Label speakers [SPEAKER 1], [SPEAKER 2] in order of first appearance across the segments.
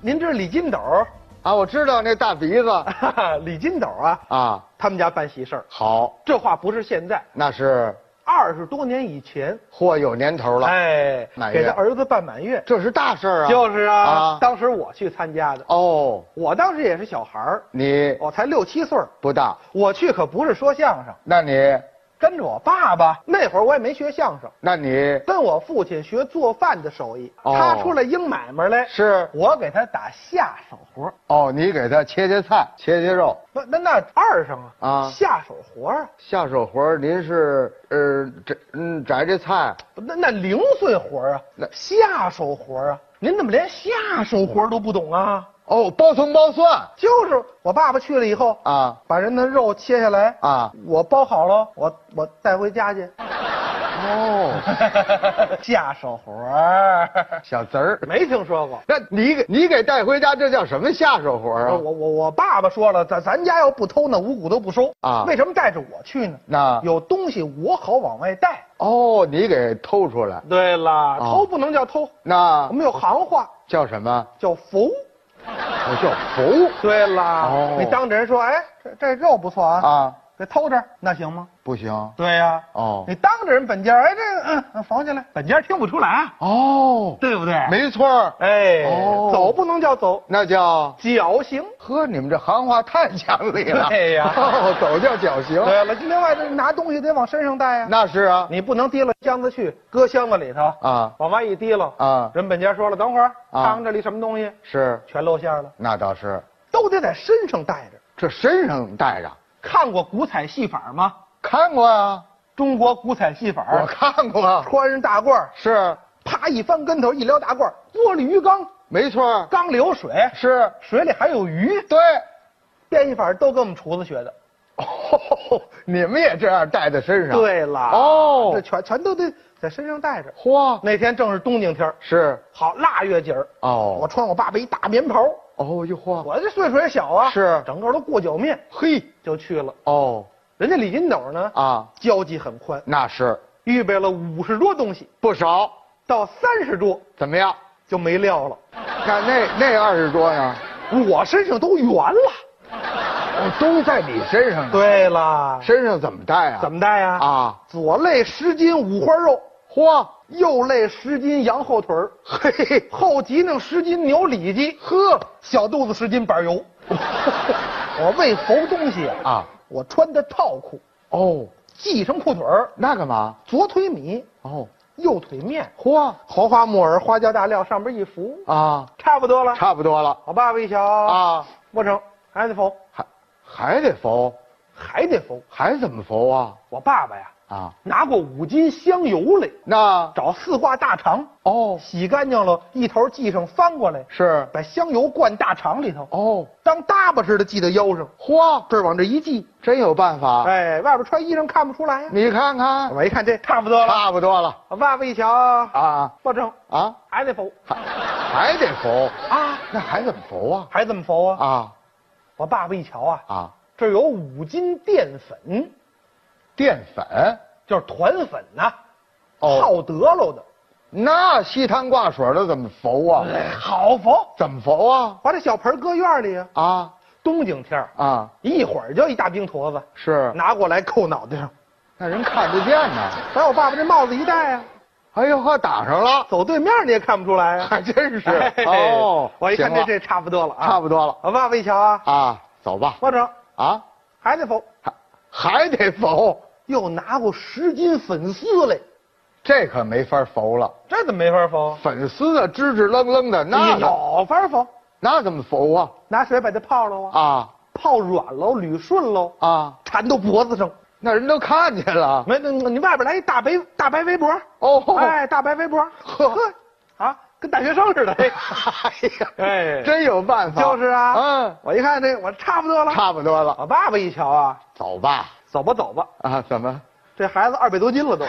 [SPEAKER 1] 您这是李金斗，
[SPEAKER 2] 啊，我知道那大鼻 子
[SPEAKER 1] 哈哈李金斗啊，
[SPEAKER 2] 啊，
[SPEAKER 1] 他们家办喜事儿，
[SPEAKER 2] 好，
[SPEAKER 1] 这话不是现在，
[SPEAKER 2] 那是
[SPEAKER 1] 二十多年以前，
[SPEAKER 2] 货有年头了，
[SPEAKER 1] 哎，
[SPEAKER 2] 满月
[SPEAKER 1] 给他儿子办满月，
[SPEAKER 2] 这是大事儿啊，
[SPEAKER 1] 就是啊，
[SPEAKER 2] 啊，
[SPEAKER 1] 当时我去参加的，
[SPEAKER 2] 哦，
[SPEAKER 1] 我当时也是小孩儿，
[SPEAKER 2] 你
[SPEAKER 1] 我才六七岁儿，
[SPEAKER 2] 不大，
[SPEAKER 1] 我去可不是说相声，
[SPEAKER 2] 那你
[SPEAKER 1] 跟着我爸爸，那会儿我也没学相声，
[SPEAKER 2] 那你
[SPEAKER 1] 跟我父亲学做饭的手艺，
[SPEAKER 2] 哦
[SPEAKER 1] 他出来应买卖来，
[SPEAKER 2] 是
[SPEAKER 1] 我给他打下手活儿。
[SPEAKER 2] 哦，你给他切切菜，切切肉，
[SPEAKER 1] 不，那那二声啊，
[SPEAKER 2] 啊
[SPEAKER 1] 下手活儿啊，
[SPEAKER 2] 下手活儿您是呃摘嗯摘这菜，
[SPEAKER 1] 不那那零碎活儿啊，
[SPEAKER 2] 那
[SPEAKER 1] 下手活儿啊，您怎么连下手活儿都不懂啊？
[SPEAKER 2] 哦，包葱包蒜
[SPEAKER 1] 就是我爸爸去了以后，
[SPEAKER 2] 啊
[SPEAKER 1] 把人的肉切下来，
[SPEAKER 2] 啊，
[SPEAKER 1] 我包好了，我我带回家 去，
[SPEAKER 2] 哦，
[SPEAKER 1] 下手活儿，
[SPEAKER 2] 小侄儿，
[SPEAKER 1] 没听说过。
[SPEAKER 2] 那你给你给带回家，这叫什么下手活儿
[SPEAKER 1] 我
[SPEAKER 2] 啊？
[SPEAKER 1] 我我爸爸说了，咱咱家要不偷那五谷都不收
[SPEAKER 2] 啊
[SPEAKER 1] 为什么带着我去呢？
[SPEAKER 2] 那
[SPEAKER 1] 有东西我好往外带。
[SPEAKER 2] 哦，你给偷出来，
[SPEAKER 1] 对了，
[SPEAKER 2] 哦
[SPEAKER 1] 偷不能叫偷，
[SPEAKER 2] 那
[SPEAKER 1] 我们有行话
[SPEAKER 2] 叫什么？
[SPEAKER 1] 叫缝。
[SPEAKER 2] 我叫缝
[SPEAKER 1] 对啦，
[SPEAKER 2] 哦
[SPEAKER 1] 你当着人说，哎，这这肉不错啊，
[SPEAKER 2] 啊，
[SPEAKER 1] 给偷这儿，那行吗？
[SPEAKER 2] 不行
[SPEAKER 1] 对呀、
[SPEAKER 2] 哦
[SPEAKER 1] 你当着人本家，哎，这个嗯，缝起来，本家听不出来，啊
[SPEAKER 2] 哦，
[SPEAKER 1] 对不对？，
[SPEAKER 2] 没错儿，
[SPEAKER 1] 哎，
[SPEAKER 2] 哦
[SPEAKER 1] 走不能叫走，
[SPEAKER 2] 那叫
[SPEAKER 1] 绞刑。
[SPEAKER 2] 呵，你们这行话太讲理 了。
[SPEAKER 1] 对哎呀
[SPEAKER 2] 哦，走叫绞刑，
[SPEAKER 1] 对了，另外这拿东西得往身上带呀、
[SPEAKER 2] 那是啊
[SPEAKER 1] 你不能提了箱子去，搁箱子里头，
[SPEAKER 2] 啊
[SPEAKER 1] 往外一提了，
[SPEAKER 2] 啊
[SPEAKER 1] 人本家说了，等会儿看
[SPEAKER 2] 啊
[SPEAKER 1] 看这里什么东西，
[SPEAKER 2] 是，
[SPEAKER 1] 全露馅了，
[SPEAKER 2] 那倒是，
[SPEAKER 1] 都得在身上带着。
[SPEAKER 2] 这身上带着，
[SPEAKER 1] 看过古彩戏法吗？
[SPEAKER 2] 看过啊，
[SPEAKER 1] 中国古彩戏法，
[SPEAKER 2] 我看过啊，
[SPEAKER 1] 穿上大褂儿，
[SPEAKER 2] 是，
[SPEAKER 1] 啪一翻跟头，一撩大褂儿，窝里鱼缸，
[SPEAKER 2] 没错儿，
[SPEAKER 1] 缸里有水，
[SPEAKER 2] 是，
[SPEAKER 1] 水里还有鱼，
[SPEAKER 2] 对，
[SPEAKER 1] 变戏法都跟我们厨子学的。
[SPEAKER 2] 哦，你们也这样带在身上？，
[SPEAKER 1] 对啊了，
[SPEAKER 2] 啊哦
[SPEAKER 1] 这全全都得在身上带着。
[SPEAKER 2] 嚯，
[SPEAKER 1] 那天正是冬景天儿
[SPEAKER 2] 是，
[SPEAKER 1] 好腊月节儿，我
[SPEAKER 2] 哦，
[SPEAKER 1] 穿我爸爸一大棉袍，
[SPEAKER 2] 哦哟嚯，
[SPEAKER 1] 我这岁数也小啊，
[SPEAKER 2] 是
[SPEAKER 1] 整个都过脚面
[SPEAKER 2] 嘿，
[SPEAKER 1] 就去了。
[SPEAKER 2] 哦，
[SPEAKER 1] 人家李金斗呢，
[SPEAKER 2] 啊，
[SPEAKER 1] 交际很宽，
[SPEAKER 2] 那是
[SPEAKER 1] 预备了五十桌东西，
[SPEAKER 2] 不少，
[SPEAKER 1] 到三十桌
[SPEAKER 2] 怎么样？
[SPEAKER 1] 就没料了，
[SPEAKER 2] 那那那二十桌呢？
[SPEAKER 1] 我身上都圆了。
[SPEAKER 2] 哦，都在你身上呢。，
[SPEAKER 1] 对了，
[SPEAKER 2] 身上怎么带啊？
[SPEAKER 1] 怎么带呀、
[SPEAKER 2] 啊？
[SPEAKER 1] 左肋十斤五花肉，
[SPEAKER 2] 嚯，
[SPEAKER 1] 右肋十斤羊后腿儿，
[SPEAKER 2] 嘿嘿，
[SPEAKER 1] 后脊梁十斤牛里脊，呵，小肚子十斤板 油。我为缝东西啊，
[SPEAKER 2] 啊，
[SPEAKER 1] 我穿的套裤，
[SPEAKER 2] 哦，
[SPEAKER 1] 系上裤腿儿，
[SPEAKER 2] 那干嘛？
[SPEAKER 1] 左腿米，
[SPEAKER 2] 哦，
[SPEAKER 1] 右腿面，
[SPEAKER 2] 嚯，
[SPEAKER 1] 黄花木耳、花椒大料上边一浮，
[SPEAKER 2] 啊，
[SPEAKER 1] 差不多了。
[SPEAKER 2] 差不多了
[SPEAKER 1] 我爸爸一瞧，
[SPEAKER 2] 啊，
[SPEAKER 1] 不成，还得缝，
[SPEAKER 2] 还还得缝，
[SPEAKER 1] 还得缝。
[SPEAKER 2] 还怎么缝啊？
[SPEAKER 1] 我爸爸呀，
[SPEAKER 2] 啊，
[SPEAKER 1] 拿过五斤香油来，
[SPEAKER 2] 那
[SPEAKER 1] 找四挂大肠，
[SPEAKER 2] 哦
[SPEAKER 1] 洗干净了，一头系上，翻过来，
[SPEAKER 2] 是
[SPEAKER 1] 把香油灌大肠里头，
[SPEAKER 2] 哦，
[SPEAKER 1] 当搭把似的系在腰上，
[SPEAKER 2] 嚯，
[SPEAKER 1] 这儿往这一系，
[SPEAKER 2] 真有办法。
[SPEAKER 1] 哎，外边穿衣裳看不出来呀、啊
[SPEAKER 2] 你看看，
[SPEAKER 1] 我一看这差不多了，
[SPEAKER 2] 嗯差不多了
[SPEAKER 1] 我爸爸一瞧，
[SPEAKER 2] 啊
[SPEAKER 1] 不成，
[SPEAKER 2] 啊，
[SPEAKER 1] 还得缝
[SPEAKER 2] 还还得缝，
[SPEAKER 1] 啊，
[SPEAKER 2] 那还怎么缝啊？
[SPEAKER 1] 还怎么缝啊？
[SPEAKER 2] 啊
[SPEAKER 1] 我爸爸一瞧啊，
[SPEAKER 2] 啊，
[SPEAKER 1] 这儿有五斤淀粉，
[SPEAKER 2] 淀粉，
[SPEAKER 1] 就是团粉呐、
[SPEAKER 2] 哦
[SPEAKER 1] 好得喽的，
[SPEAKER 2] 那稀汤挂水的怎么缝啊？
[SPEAKER 1] 哎好缝。
[SPEAKER 2] 怎么缝啊？
[SPEAKER 1] 把这小盆搁院里啊，
[SPEAKER 2] 啊
[SPEAKER 1] 冬景天儿
[SPEAKER 2] 啊，
[SPEAKER 1] 一会儿就一大冰坨子，
[SPEAKER 2] 是，
[SPEAKER 1] 拿过来扣脑袋上，
[SPEAKER 2] 那人看得见呢。
[SPEAKER 1] 把我爸爸这帽子一戴啊，
[SPEAKER 2] 哎呦呵，打上了，
[SPEAKER 1] 走对面你也看不出来啊。
[SPEAKER 2] 还真是。
[SPEAKER 1] 哎
[SPEAKER 2] 哦，
[SPEAKER 1] 我一看
[SPEAKER 2] 行
[SPEAKER 1] 这
[SPEAKER 2] 了
[SPEAKER 1] 这差不多了啊，
[SPEAKER 2] 差不多了
[SPEAKER 1] 我爸爸一瞧啊，
[SPEAKER 2] 啊，走吧。
[SPEAKER 1] 我整
[SPEAKER 2] 啊，
[SPEAKER 1] 还得缝，
[SPEAKER 2] 还还得缝，
[SPEAKER 1] 又拿过十斤粉丝来，
[SPEAKER 2] 这可没法缝了。
[SPEAKER 1] 这怎么没法缝？
[SPEAKER 2] 粉丝啊，支支愣愣的，那怎
[SPEAKER 1] 有法缝，
[SPEAKER 2] 那怎么缝啊？
[SPEAKER 1] 拿水把它泡了啊，
[SPEAKER 2] 啊
[SPEAKER 1] 泡软喽，捋顺喽，
[SPEAKER 2] 啊，
[SPEAKER 1] 缠到脖子上。
[SPEAKER 2] 那人都看见了。
[SPEAKER 1] 没，那你外边来一大白大白围脖，
[SPEAKER 2] 哦，
[SPEAKER 1] 哎，大白围脖，
[SPEAKER 2] 呵
[SPEAKER 1] 呵，啊，跟大学生似的。 嘿
[SPEAKER 2] 哎呀，
[SPEAKER 1] 哎
[SPEAKER 2] 真有办法。
[SPEAKER 1] 就是啊，
[SPEAKER 2] 嗯，
[SPEAKER 1] 我一看这我差不多了。
[SPEAKER 2] 差不多了，
[SPEAKER 1] 我爸爸一瞧啊，
[SPEAKER 2] 走吧。
[SPEAKER 1] 走吧走吧，
[SPEAKER 2] 啊，怎么？
[SPEAKER 1] 这孩子二百多斤了都，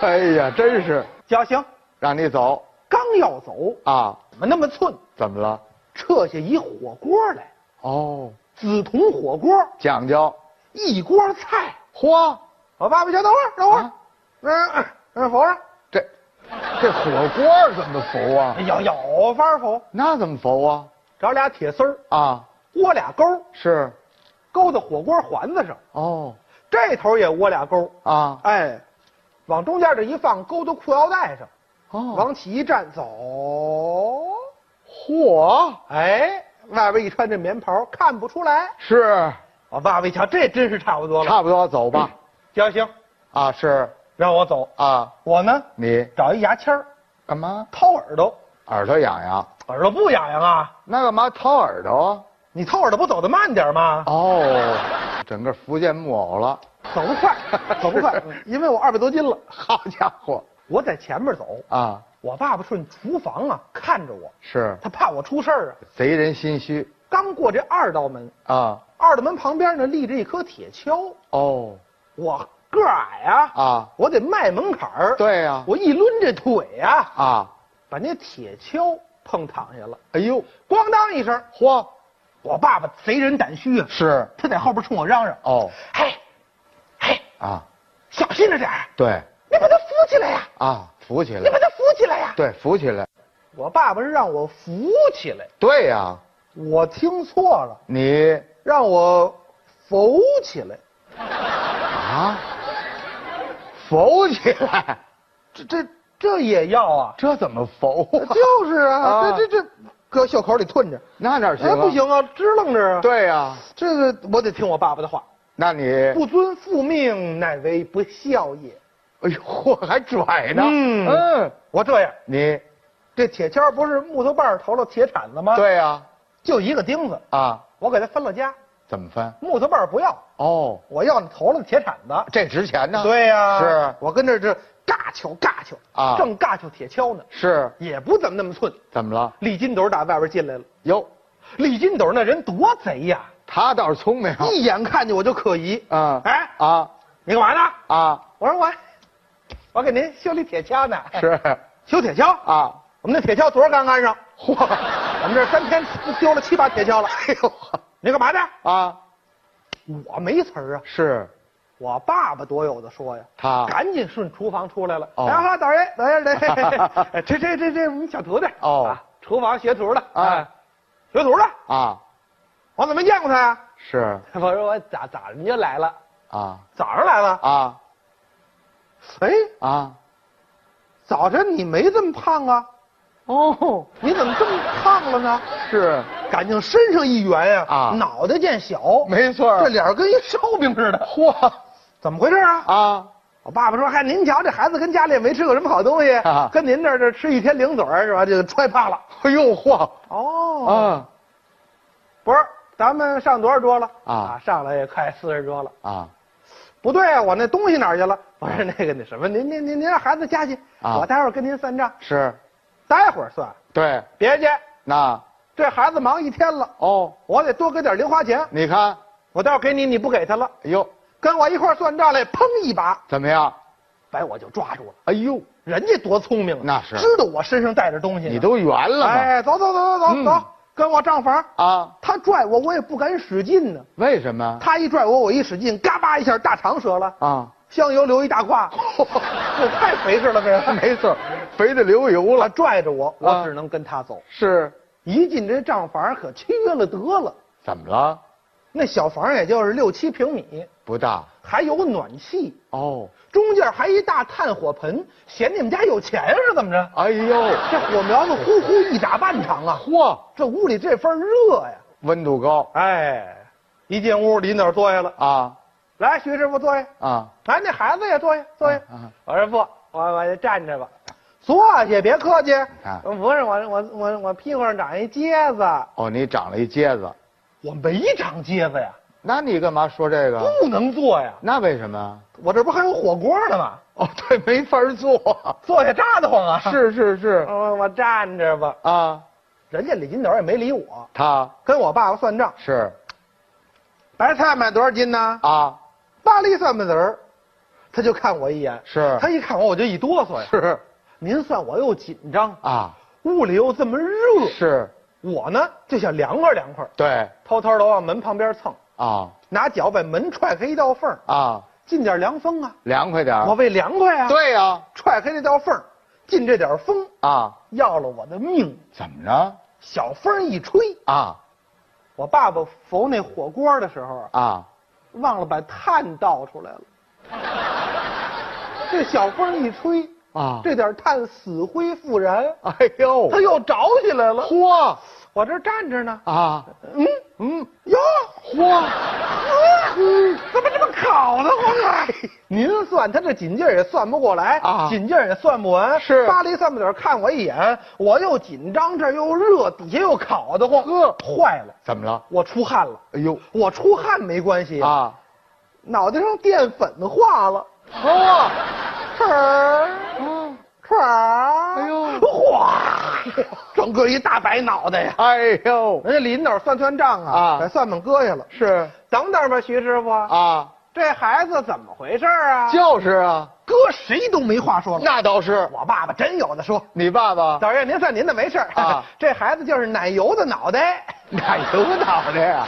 [SPEAKER 2] 哎呀，真是
[SPEAKER 1] 叫行，
[SPEAKER 2] 让你走
[SPEAKER 1] 刚要走，
[SPEAKER 2] 啊？
[SPEAKER 1] 怎么那么寸？
[SPEAKER 2] 怎么了？
[SPEAKER 1] 撤下一火锅来，
[SPEAKER 2] 哦，
[SPEAKER 1] 紫铜火锅，
[SPEAKER 2] 讲究。
[SPEAKER 1] 一锅菜。
[SPEAKER 2] 嚯，
[SPEAKER 1] 嗯我爸爸一瞧，等会儿等会儿
[SPEAKER 2] 啊，
[SPEAKER 1] 嗯嗯，缝上，
[SPEAKER 2] 这这火锅怎么浮啊？
[SPEAKER 1] 有有法否？
[SPEAKER 2] 那怎么浮啊？
[SPEAKER 1] 找俩铁丝儿，
[SPEAKER 2] 啊，
[SPEAKER 1] 窝俩钩儿，
[SPEAKER 2] 是，
[SPEAKER 1] 勾到火锅环子上，
[SPEAKER 2] 哦，
[SPEAKER 1] 这头也窝俩钩儿，
[SPEAKER 2] 啊，
[SPEAKER 1] 哎，往中间这一放，勾到裤腰带上，
[SPEAKER 2] 哦，
[SPEAKER 1] 往起一站，走，
[SPEAKER 2] 嚯，
[SPEAKER 1] 哎，外边一穿这棉袍，看不出来。
[SPEAKER 2] 是，
[SPEAKER 1] 我爸爸一瞧，这真是差不多了。
[SPEAKER 2] 差不多，走吧。
[SPEAKER 1] 行行，
[SPEAKER 2] 啊，是，
[SPEAKER 1] 让我走。
[SPEAKER 2] 啊，
[SPEAKER 1] 我呢，
[SPEAKER 2] 你
[SPEAKER 1] 找一牙签儿
[SPEAKER 2] 干嘛？
[SPEAKER 1] 掏耳朵，
[SPEAKER 2] 耳朵痒痒？
[SPEAKER 1] 耳朵不痒痒啊？
[SPEAKER 2] 那干嘛掏耳朵啊？
[SPEAKER 1] 你掏耳朵不走得慢点吗？
[SPEAKER 2] 哦，整个福建木偶了。
[SPEAKER 1] 走不 快，走不快，因为我二百多斤了。
[SPEAKER 2] 好家伙，
[SPEAKER 1] 我在前面走，
[SPEAKER 2] 啊，
[SPEAKER 1] 我爸爸顺厨房啊看着我，
[SPEAKER 2] 是
[SPEAKER 1] 他怕我出事儿啊。
[SPEAKER 2] 贼人心虚
[SPEAKER 1] 刚过这二道门，
[SPEAKER 2] 啊。
[SPEAKER 1] 二道门旁边呢立着一颗铁锹，
[SPEAKER 2] 哦，
[SPEAKER 1] 我个儿矮啊，
[SPEAKER 2] 啊，
[SPEAKER 1] 我得迈门槛儿。，
[SPEAKER 2] 对啊呀、
[SPEAKER 1] 我一抡这腿呀、
[SPEAKER 2] 啊，
[SPEAKER 1] 把那铁锹碰躺下了，
[SPEAKER 2] 哎呦，
[SPEAKER 1] 咣当一声，
[SPEAKER 2] 嚯，
[SPEAKER 1] 我爸爸贼人胆虚啊，
[SPEAKER 2] 是，
[SPEAKER 1] 他在后边冲我嚷嚷
[SPEAKER 2] 哦，：“
[SPEAKER 1] 嘿，嘿，
[SPEAKER 2] 啊，
[SPEAKER 1] 小心着点儿，
[SPEAKER 2] 对，
[SPEAKER 1] 你把他扶起来呀、
[SPEAKER 2] 啊，扶起
[SPEAKER 1] 你
[SPEAKER 2] 来
[SPEAKER 1] 把，他扶起来呀、
[SPEAKER 2] 对，扶起来，
[SPEAKER 1] 我爸爸是让我扶起来，
[SPEAKER 2] 对呀、
[SPEAKER 1] 我听错了，
[SPEAKER 2] 你
[SPEAKER 1] 让我扶起来。
[SPEAKER 2] 啊，扶起来，
[SPEAKER 1] 这这这也要啊？
[SPEAKER 2] 这怎么扶啊？
[SPEAKER 1] 就是啊，
[SPEAKER 2] 啊
[SPEAKER 1] 这这这，搁袖口里吞着，
[SPEAKER 2] 那哪行、
[SPEAKER 1] 哎不，行啊，支棱着啊。，
[SPEAKER 2] 对呀、
[SPEAKER 1] 这个我得听我爸爸的话，
[SPEAKER 2] 那你，
[SPEAKER 1] 不遵父命，乃为不孝也。
[SPEAKER 2] 哎呦，嚯还拽呢，
[SPEAKER 1] 嗯我这样，
[SPEAKER 2] 你，
[SPEAKER 1] 这铁锹不是木头棒儿头了铁铲子吗？，
[SPEAKER 2] 对呀、
[SPEAKER 1] 就一个钉子，
[SPEAKER 2] 啊，
[SPEAKER 1] 我给它分了家，
[SPEAKER 2] 怎么分？
[SPEAKER 1] 木头棒儿不要，
[SPEAKER 2] 哦，
[SPEAKER 1] 我要那头了的铁铲子。
[SPEAKER 2] 这值钱呢，
[SPEAKER 1] 对呀、
[SPEAKER 2] 是
[SPEAKER 1] 我跟这这尬敲尬敲
[SPEAKER 2] 啊
[SPEAKER 1] 正尬敲铁锹呢，
[SPEAKER 2] 是，
[SPEAKER 1] 也不怎么那么寸。
[SPEAKER 2] 怎么了？
[SPEAKER 1] 李金斗打外边进来了，
[SPEAKER 2] 哟，
[SPEAKER 1] 李金斗那人多贼呀，
[SPEAKER 2] 他倒是聪明，
[SPEAKER 1] 一眼看见我就可疑。
[SPEAKER 2] 啊
[SPEAKER 1] 哎，
[SPEAKER 2] 啊
[SPEAKER 1] 你干嘛呢？
[SPEAKER 2] 啊，
[SPEAKER 1] 我说我，我给您修理铁锹呢。
[SPEAKER 2] 是
[SPEAKER 1] 修铁锹。
[SPEAKER 2] 啊，
[SPEAKER 1] 我们那铁锹昨儿刚 安上，
[SPEAKER 2] 嚯，
[SPEAKER 1] 我们这三天修了七把铁锹了。
[SPEAKER 2] 哎呦，
[SPEAKER 1] 你干嘛呢？
[SPEAKER 2] 啊，
[SPEAKER 1] 我没词儿啊，
[SPEAKER 2] 是
[SPEAKER 1] 我爸爸多有的说呀。
[SPEAKER 2] 他，
[SPEAKER 1] 赶紧顺厨房出来了。
[SPEAKER 2] 哦
[SPEAKER 1] 啊，大爷，大爷， 大爷，这这这这我们小徒弟
[SPEAKER 2] 哦
[SPEAKER 1] 啊厨房学徒的
[SPEAKER 2] 啊
[SPEAKER 1] 啊，学徒的，
[SPEAKER 2] 啊，
[SPEAKER 1] 我怎么没见过他呀？
[SPEAKER 2] 是
[SPEAKER 1] 我说我咋咋人就来了，
[SPEAKER 2] 啊
[SPEAKER 1] 早上来了。
[SPEAKER 2] 啊
[SPEAKER 1] 哎，
[SPEAKER 2] 啊，
[SPEAKER 1] 早晨你没这么胖啊？
[SPEAKER 2] 哦，
[SPEAKER 1] 你怎么这么胖了呢？
[SPEAKER 2] 是，
[SPEAKER 1] 赶紧身上一圆呀，
[SPEAKER 2] 啊
[SPEAKER 1] 脑袋见小，
[SPEAKER 2] 没错儿
[SPEAKER 1] 这脸儿跟一烧饼似的。
[SPEAKER 2] 嚯
[SPEAKER 1] 怎么回事啊？
[SPEAKER 2] 啊，
[SPEAKER 1] 我爸爸说：“嗨，您瞧这孩子跟家里也没吃过什么好东西，
[SPEAKER 2] 啊
[SPEAKER 1] 跟您这儿这吃一天零嘴儿是吧？这个揣胖了。
[SPEAKER 2] 哎呦嚯，”
[SPEAKER 1] 哦
[SPEAKER 2] 啊
[SPEAKER 1] 不是，咱们上多少桌了？
[SPEAKER 2] 啊
[SPEAKER 1] 上来也快四十桌了。
[SPEAKER 2] 啊，
[SPEAKER 1] 不对啊，我那东西哪儿去了？ 我说那个那什么，您您您您让孩子家去，
[SPEAKER 2] 啊
[SPEAKER 1] 我待会儿跟您算账，
[SPEAKER 2] 是，
[SPEAKER 1] 待会儿算。
[SPEAKER 2] 对，
[SPEAKER 1] 别介，
[SPEAKER 2] 那
[SPEAKER 1] 这孩子忙一天了，
[SPEAKER 2] 哦，
[SPEAKER 1] 我得多给点零花钱。
[SPEAKER 2] 你看，
[SPEAKER 1] 我待会儿给你，你不给他了，
[SPEAKER 2] 哎呦，
[SPEAKER 1] 跟我一块儿算账来，砰一把
[SPEAKER 2] 怎么样？
[SPEAKER 1] 把我就抓住了。
[SPEAKER 2] 哎呦，
[SPEAKER 1] 人家多聪明啊，
[SPEAKER 2] 那是
[SPEAKER 1] 知道我身上带着东西呢。
[SPEAKER 2] 你都圆了吗？
[SPEAKER 1] 哎，走走走走走、
[SPEAKER 2] 嗯
[SPEAKER 1] 走，跟我账房。
[SPEAKER 2] 啊，
[SPEAKER 1] 他拽我，我也不敢使劲呢。
[SPEAKER 2] 为什么？
[SPEAKER 1] 他一拽我，我一使劲，嘎巴一下，大肠折了。
[SPEAKER 2] 啊，
[SPEAKER 1] 香油留一大 胯，这太肥实了，这人。
[SPEAKER 2] 没错儿，肥的流油
[SPEAKER 1] 我
[SPEAKER 2] 了，
[SPEAKER 1] 拽着我，我
[SPEAKER 2] 啊
[SPEAKER 1] 只能跟他走。
[SPEAKER 2] 是，
[SPEAKER 1] 一进这账房，可缺了得了。
[SPEAKER 2] 怎么了？
[SPEAKER 1] 那小房也就是六七平米，
[SPEAKER 2] 不大
[SPEAKER 1] 还有暖气，
[SPEAKER 2] 哦，
[SPEAKER 1] 中间还一大炭火盆，嫌你们家有钱是怎么着？
[SPEAKER 2] 哎呦，
[SPEAKER 1] 这火苗子呼呼一打半场啊！
[SPEAKER 2] 嚯，
[SPEAKER 1] 这屋里这份热呀！
[SPEAKER 2] 温度高
[SPEAKER 1] 哎，一进屋，李哪坐下了？
[SPEAKER 2] 啊
[SPEAKER 1] 来，徐师傅坐下。
[SPEAKER 2] 啊，
[SPEAKER 1] 来，那孩子也坐下，坐下。
[SPEAKER 2] 啊啊
[SPEAKER 1] 我说不，我我就站着吧。坐下，别客气。
[SPEAKER 2] 看
[SPEAKER 1] 呃不是我我我我屁股上长一疖子，
[SPEAKER 2] 哦，你长了一疖子，
[SPEAKER 1] 我没长疖子呀，
[SPEAKER 2] 那你干嘛说这个？
[SPEAKER 1] 不能坐呀。
[SPEAKER 2] 那为什么？
[SPEAKER 1] 我这不还有火锅呢吗？
[SPEAKER 2] 哦，对，没法 做，
[SPEAKER 1] 坐下扎得慌啊。，
[SPEAKER 2] 是是是
[SPEAKER 1] 我呃我站着吧。
[SPEAKER 2] 啊，
[SPEAKER 1] 人家李金斗也没理我，
[SPEAKER 2] 他
[SPEAKER 1] 跟我爸爸算账，
[SPEAKER 2] 是
[SPEAKER 1] 白菜买多少斤呢？
[SPEAKER 2] 啊
[SPEAKER 1] 八粒蒜瓣子儿，他就看我一眼，
[SPEAKER 2] 是
[SPEAKER 1] 他一看我我就一哆嗦呀。
[SPEAKER 2] 是
[SPEAKER 1] 您算我又紧张，
[SPEAKER 2] 啊
[SPEAKER 1] 屋里又这么热，
[SPEAKER 2] 是，
[SPEAKER 1] 我呢就想凉快凉快，
[SPEAKER 2] 对
[SPEAKER 1] 偷偷的往门旁边蹭，
[SPEAKER 2] 啊
[SPEAKER 1] 拿脚把门踹开一道缝儿，
[SPEAKER 2] 啊，
[SPEAKER 1] 进点凉风啊！
[SPEAKER 2] 凉快点儿
[SPEAKER 1] 我为凉快啊，，
[SPEAKER 2] 对呀
[SPEAKER 1] 踹开这道缝儿，进这点风，
[SPEAKER 2] 啊，
[SPEAKER 1] 要了我的命。
[SPEAKER 2] 怎么着
[SPEAKER 1] 小风一吹，
[SPEAKER 2] 啊
[SPEAKER 1] 我爸爸缝那火锅的时候啊，
[SPEAKER 2] 啊？
[SPEAKER 1] 忘了把炭倒出来了。这小风一吹
[SPEAKER 2] 啊
[SPEAKER 1] 这点炭死灰复燃，
[SPEAKER 2] 哎呦
[SPEAKER 1] 它又着起来了。
[SPEAKER 2] 嚯
[SPEAKER 1] 我这站着呢，
[SPEAKER 2] 啊
[SPEAKER 1] 嗯
[SPEAKER 2] 嗯
[SPEAKER 1] 哟，
[SPEAKER 2] 嚯，
[SPEAKER 1] 呵，怎么这么烤的慌啊？您算他这紧劲儿也算不过来
[SPEAKER 2] 啊
[SPEAKER 1] 紧劲儿也算不完。
[SPEAKER 2] 是
[SPEAKER 1] 巴黎三部点看我一眼，我又紧张，这儿又热，底下又烤得慌。
[SPEAKER 2] 呵
[SPEAKER 1] 坏了，
[SPEAKER 2] 怎么了？
[SPEAKER 1] 我出汗了。
[SPEAKER 2] 哎呦
[SPEAKER 1] 我出汗没关系，
[SPEAKER 2] 啊
[SPEAKER 1] 脑袋上淀粉化了，
[SPEAKER 2] 嚯，
[SPEAKER 1] 串儿串儿，
[SPEAKER 2] 哎呦
[SPEAKER 1] 哗，整个一大白脑袋呀！
[SPEAKER 2] 哎呦
[SPEAKER 1] 人家领导算算账啊，
[SPEAKER 2] 啊
[SPEAKER 1] 把算盘搁下了。
[SPEAKER 2] 是
[SPEAKER 1] 等等吧，徐师傅，
[SPEAKER 2] 啊，
[SPEAKER 1] 这孩子怎么回事儿啊？
[SPEAKER 2] 就是啊，
[SPEAKER 1] 搁谁都没话说了。啊
[SPEAKER 2] 那倒是，
[SPEAKER 1] 我爸爸真有的说，
[SPEAKER 2] 你爸爸
[SPEAKER 1] 老爷您 算您的没事儿
[SPEAKER 2] 啊
[SPEAKER 1] 这孩子就是奶油的脑袋。
[SPEAKER 2] 奶油脑袋呀。